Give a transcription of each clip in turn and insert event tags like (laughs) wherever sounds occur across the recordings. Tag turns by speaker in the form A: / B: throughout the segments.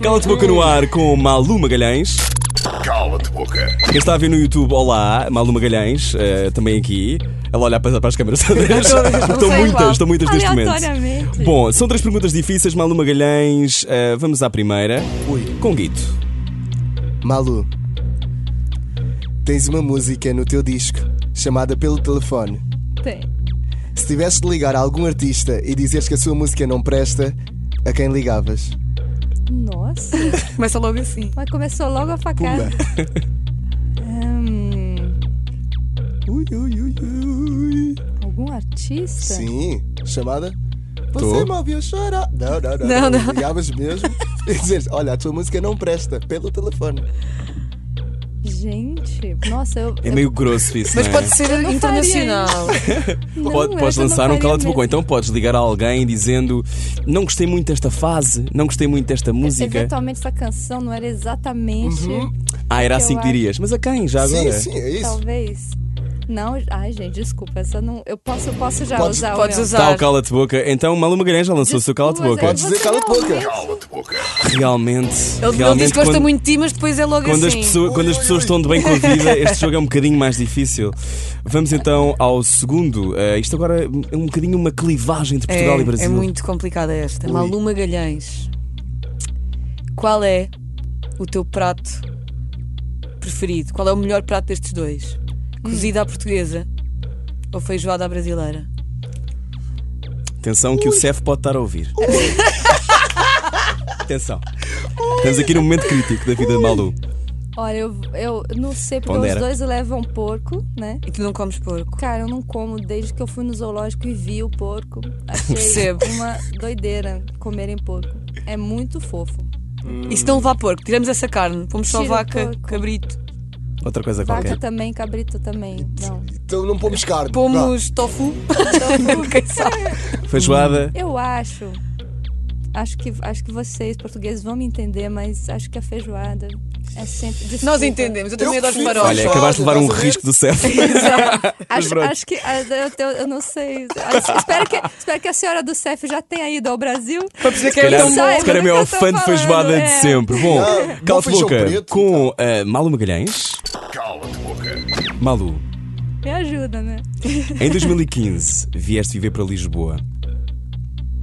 A: Cala-te boca no ar com Malu Magalhães.
B: Cala-te boca.
A: Quem está a ver no YouTube, olá, Malu Magalhães, eh, também aqui. Ela olha para, para as câmaras. estão
C: sei
A: muitas,
C: qual.
A: estão muitas neste momento.
C: Aleatoriamente.
A: Bom, são três perguntas difíceis, Malu Magalhães. eh, vamos à primeira.
D: Ui.
A: Com Guito.
D: Malu, tens uma música é no teu disco chamada Pelo Telefone.
C: Tem.
D: Se tivesses de ligar a algum artista e dizeres que a sua música não presta, a quem ligavas?
C: Nossa,
E: Começa logo assim.
C: mas começou logo
A: (laughs)
C: a facada. Hum,
D: Ui, ui, ui, ui.
C: algum artista?
D: Sim, chamada?
A: Tô.
D: Você me ouviu chorar? Não, não, não.
E: Não, não.
D: Ligavas mesmo e dizeres: Olha, a tua música não presta, pelo telefone.
C: Gente, nossa, eu.
A: É meio grosso isso,
E: Mas
A: não é?
E: pode ser
C: não
E: internacional.
C: eu- não,
A: Pode-
C: essa
A: podes
C: eu não
A: lançar um
C: faria
A: cala-te boca, ou
C: mesmo.
A: então podes ligar a alguém dizendo não gostei muito desta fase, não gostei muito desta então, música.
C: Eventualmente essa canção não era exatamente.
A: Ah, era assim
C: eu
A: que
C: acho.
A: dirias. Mas a quem já agora?
D: Sim, sim, é isso.
C: Talvez. Não, ai, gente, desculpa. Essa não. Eu posso, eu posso já
D: Podes-
C: usar
E: Podes
C: o meu.
E: usar.
A: Está o cala-te boca. Então Malu Magalhães já lançou o seu cala-te
C: Desculpa,
A: boca.
D: Podes dizer
C: você
D: cala-te boca.
C: realmente-
B: Cala-te boca.
A: Realmente.
E: Ele, ele
A: realmente
E: diz que gosta
A: quando-
E: muito de ti, mas depois é logo
A: Quando as,
E: assim.
A: pessoas, quando as
D: Ui, ui,
A: pessoas
D: ui.
A: estão de bem com a vida, este jogo é um bocadinho mais difícil. Vamos então ao segundo. Eh, isto agora é um bocadinho uma clivagem entre Portugal
E: é,
A: e Brasil.
E: é muito complicada esta. Malu Magalhães. Qual é o teu prato preferido? Qual é o melhor prato destes dois? Cozida à portuguesa ou feijoada à brasileira?
A: Atenção que o CEF pode estar a ouvir. (laughs) Atenção. Estamos aqui num momento crítico da vida de Malu.
C: Olha, eu, eu não sei, porque
A: Pondera.
C: os dois levam porco, né?
E: E tu não comes porco.
C: Cara, eu não como desde que eu fui no zoológico e vi o porco. Achei
E: Percebo.
C: uma doideira comerem porco. É muito fofo.
A: Hum.
E: E se não levar porco? Tiramos essa carne, pomos só
C: Tira o
E: vaca,
C: porco.
E: cabrito,
A: Outra coisa
C: Vaca
A: qualquer.
C: também, cabrito também. Não.
D: Então não pomos carne. Vá.
E: pomos tofu.
C: (laughs)
E: Quem sabe?
A: Feijoada.
C: Eu acho. Acho que, acho que vocês, portugueses, vão me entender, mas acho que a feijoada é sempre. Desculpa.
E: Nós entendemos, eu também
D: Eu
E: adoro
D: prefiro
E: farofa.
A: Olha, acabaste de levar um
D: Estás a ver?
A: risco do CEF. Mas
C: Acho,
A: pronto.
C: acho que. Eu, eu- eu não sei. Acho- espero, que, espero que a senhora do CEF já tenha ido ao Brasil.
E: Para perceber
A: Se
E: que é
A: calhar,
E: tão
C: Sai,
E: bom.
A: se calhar é a
C: mas é
A: maior
C: que
A: fã
C: eu tô
A: de
C: falando,
A: feijoada de
C: é.
A: sempre. Bom,
D: Não,
A: cala-te
D: feijão
A: boca
D: preto, então.
A: com eh, Malu Magalhães.
B: Cala-te boca.
A: Malu,
C: Me ajuda, né?
A: em 2015 vieste viver para Lisboa.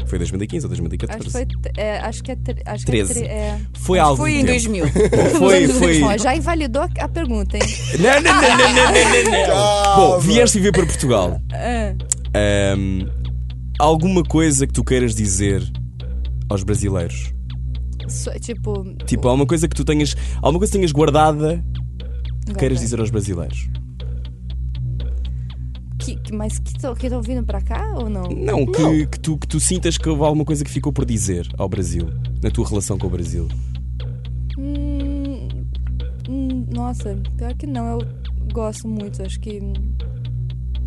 A: Foi 2015 ou
C: Acho
A: 2014?
C: que, foi, é, acho que é. tre- Acho
A: Treze.
C: Que é, tre- é.
A: Foi algo.
E: Foi
A: (laughs)
E: em 2000.
A: Foi, foi.
C: Ó, já invalidou a- a
A: (laughs)
C: pergunta, hein?
A: Não, não, não, não, não, não,
D: Ah,
A: não. Bom, vieste viver para Portugal. É.
C: Ah,
A: Ahm, alguma coisa que tu queiras dizer aos brasileiros?
C: só- tipo.
A: Tipo, alguma coisa que tu tenhas, alguma coisa que tenhas guardada que queiras dizer aos brasileiros?
C: Que, que- mas que estão que tão vindo pra cá ou não?
A: Não, que, que tu, que tu sintas que houve alguma coisa que ficou por dizer ao Brasil, na tua relação com o Brasil.
C: Hum, hum, nossa, pior que não, eu gosto muito, acho que. hum,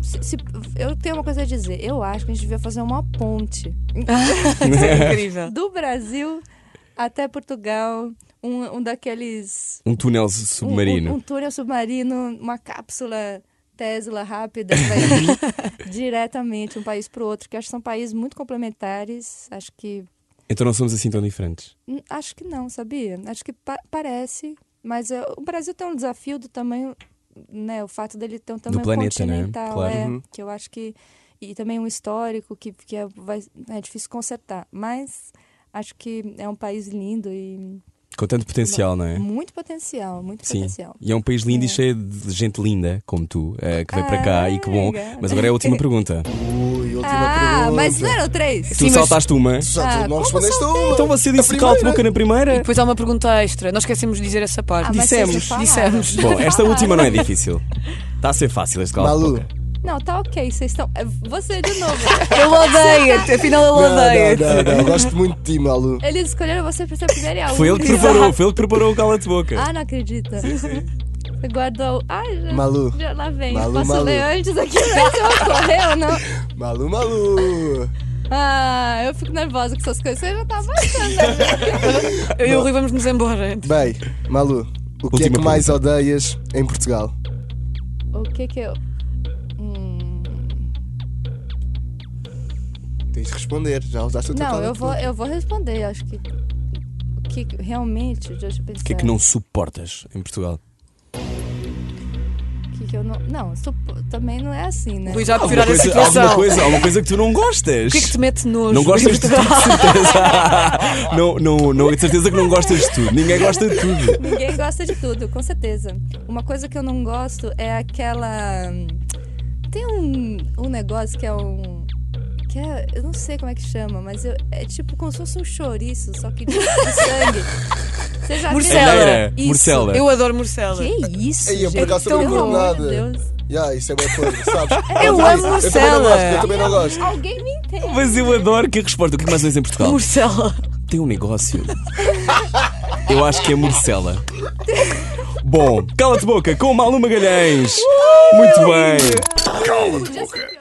C: se- se- eu tenho uma coisa a dizer. Eu acho que a gente devia fazer uma ponte
E: é Incrível.
C: do Brasil até Portugal. Um, um daqueles.
A: Um túnel su-
C: um-
A: submarino.
C: Um, um túnel submarino, uma cápsula Tesla rápida
A: (laughs)
C: que vai (laughs) diretamente um país pro outro, que acho que são países muito complementares. Acho que
A: Então não somos assim tão diferentes.
C: Hum, Acho que não, sabia? Acho que pa- parece, mas é, o Brasil tem um desafio do tamanho, né? O fato dele ter um tamanho
A: planeta, né?
C: continental,
A: Claro.
C: é, que eu acho que e também um histórico que que é, vai- é difícil consertar, mas acho que é um país lindo e
A: Com tanto potencial, não é?
C: muito potencial, muito
A: Sim.
C: potencial.
A: E é um país lindo e
C: É.
A: cheio de gente linda, como tu, eh, que veio para
C: Ah,
A: cá e que bom.
C: obrigada.
A: Mas agora é a última pergunta.
D: Ui, última
C: Ah,
D: pergunta.
C: mas não eram três.
A: tu saltaste uma.
D: Já tu
C: Ah,
D: não
C: como
D: respondeste a uma.
A: Então você disse
D: A
A: cala-te
D: primeira.
A: boca na
E: E
A: primeira.
E: depois há uma pergunta extra. Nós esquecemos de dizer essa parte.
C: Ah, mas vocês
E: dissemos,
C: não falaram.
E: dissemos.
A: Bom, esta última não é (laughs) difícil. Está a ser fácil este cala-te
D: Malu.
A: boca.
C: Não, tá ok, vocês estão. é Você de novo.
E: Ele odeia-te, afinal ele odeia-te.
D: Não,
A: (laughs)
D: não, não, não. Gosto muito de ti, Malu.
C: Eles escolheram você pra ser a primeira e a
A: Foi ele que
C: última.
A: preparou, foi ele que preparou o cala-te boca.
C: (laughs)
A: é
C: Ah, não acredita. Você guardou. Ai, já,
D: Malu.
C: já lá vem.
D: Malu,
C: Posso
D: Malu.
C: ler antes aqui, né? Se ocorreu, não.
D: Malu, Malu.
C: Ah, eu fico nervosa com essas coisas. Você já tá avançando. né?
E: Eu e o Rui vamos nos embora.
D: Bem, Malu, o que é
A: Última
D: que mais odeias em Portugal?
C: O que que eu. Hum,
D: Tens de responder, já usaste o teu
C: Não,
D: cala-te
C: eu vou,
D: boca.
C: eu vou responder, acho que. O que realmente, deixa eu pensar.
A: O que é que não suportas em Portugal?
C: que que eu não. Não, supo- também não é assim, né?
E: Luís já
A: Alguma
E: piorar a
A: coisa,
E: situação.
A: alguma, coisa, alguma coisa que tu não gostas.
E: O que é que te mete nojo?
A: Não gostas de
E: (laughs)
A: tudo, de (laughs) certeza. não, não, não, de certeza que não gostas de tudo. Ninguém gosta de tudo.
C: Ninguém gosta de tudo, com certeza. Uma coisa que eu não gosto é aquela. hum, Tem um, um negócio que é um. Que é, eu não sei como é que chama, mas eu- é tipo como se fosse um chouriço, só que de, de sangue. Você já viu?
E: Morcela.
A: Alheira,
C: Isso.
A: morcela.
E: Eu adoro morcela.
C: Que isso?
D: Ei, eu por
C: gente?
D: acaso também
C: Pelo
D: não como
C: amor de
D: nada.
C: Deus. É
D: Yeah, isso é bem podre, sabes?
C: (laughs)
E: Eu
D: Mas
E: amo
D: isso, Eu também
E: Marcela.
D: não gosto, eu também não gosto.
C: Alguém me entende.
A: Mas eu adoro que a resposta. O que mais vês em Portugal?
E: Morcela.
A: Tem um negócio. Eu acho que é morcela. Bom, cala-te boca com o Malu Magalhães. Muito bem.
B: Cala-te boca.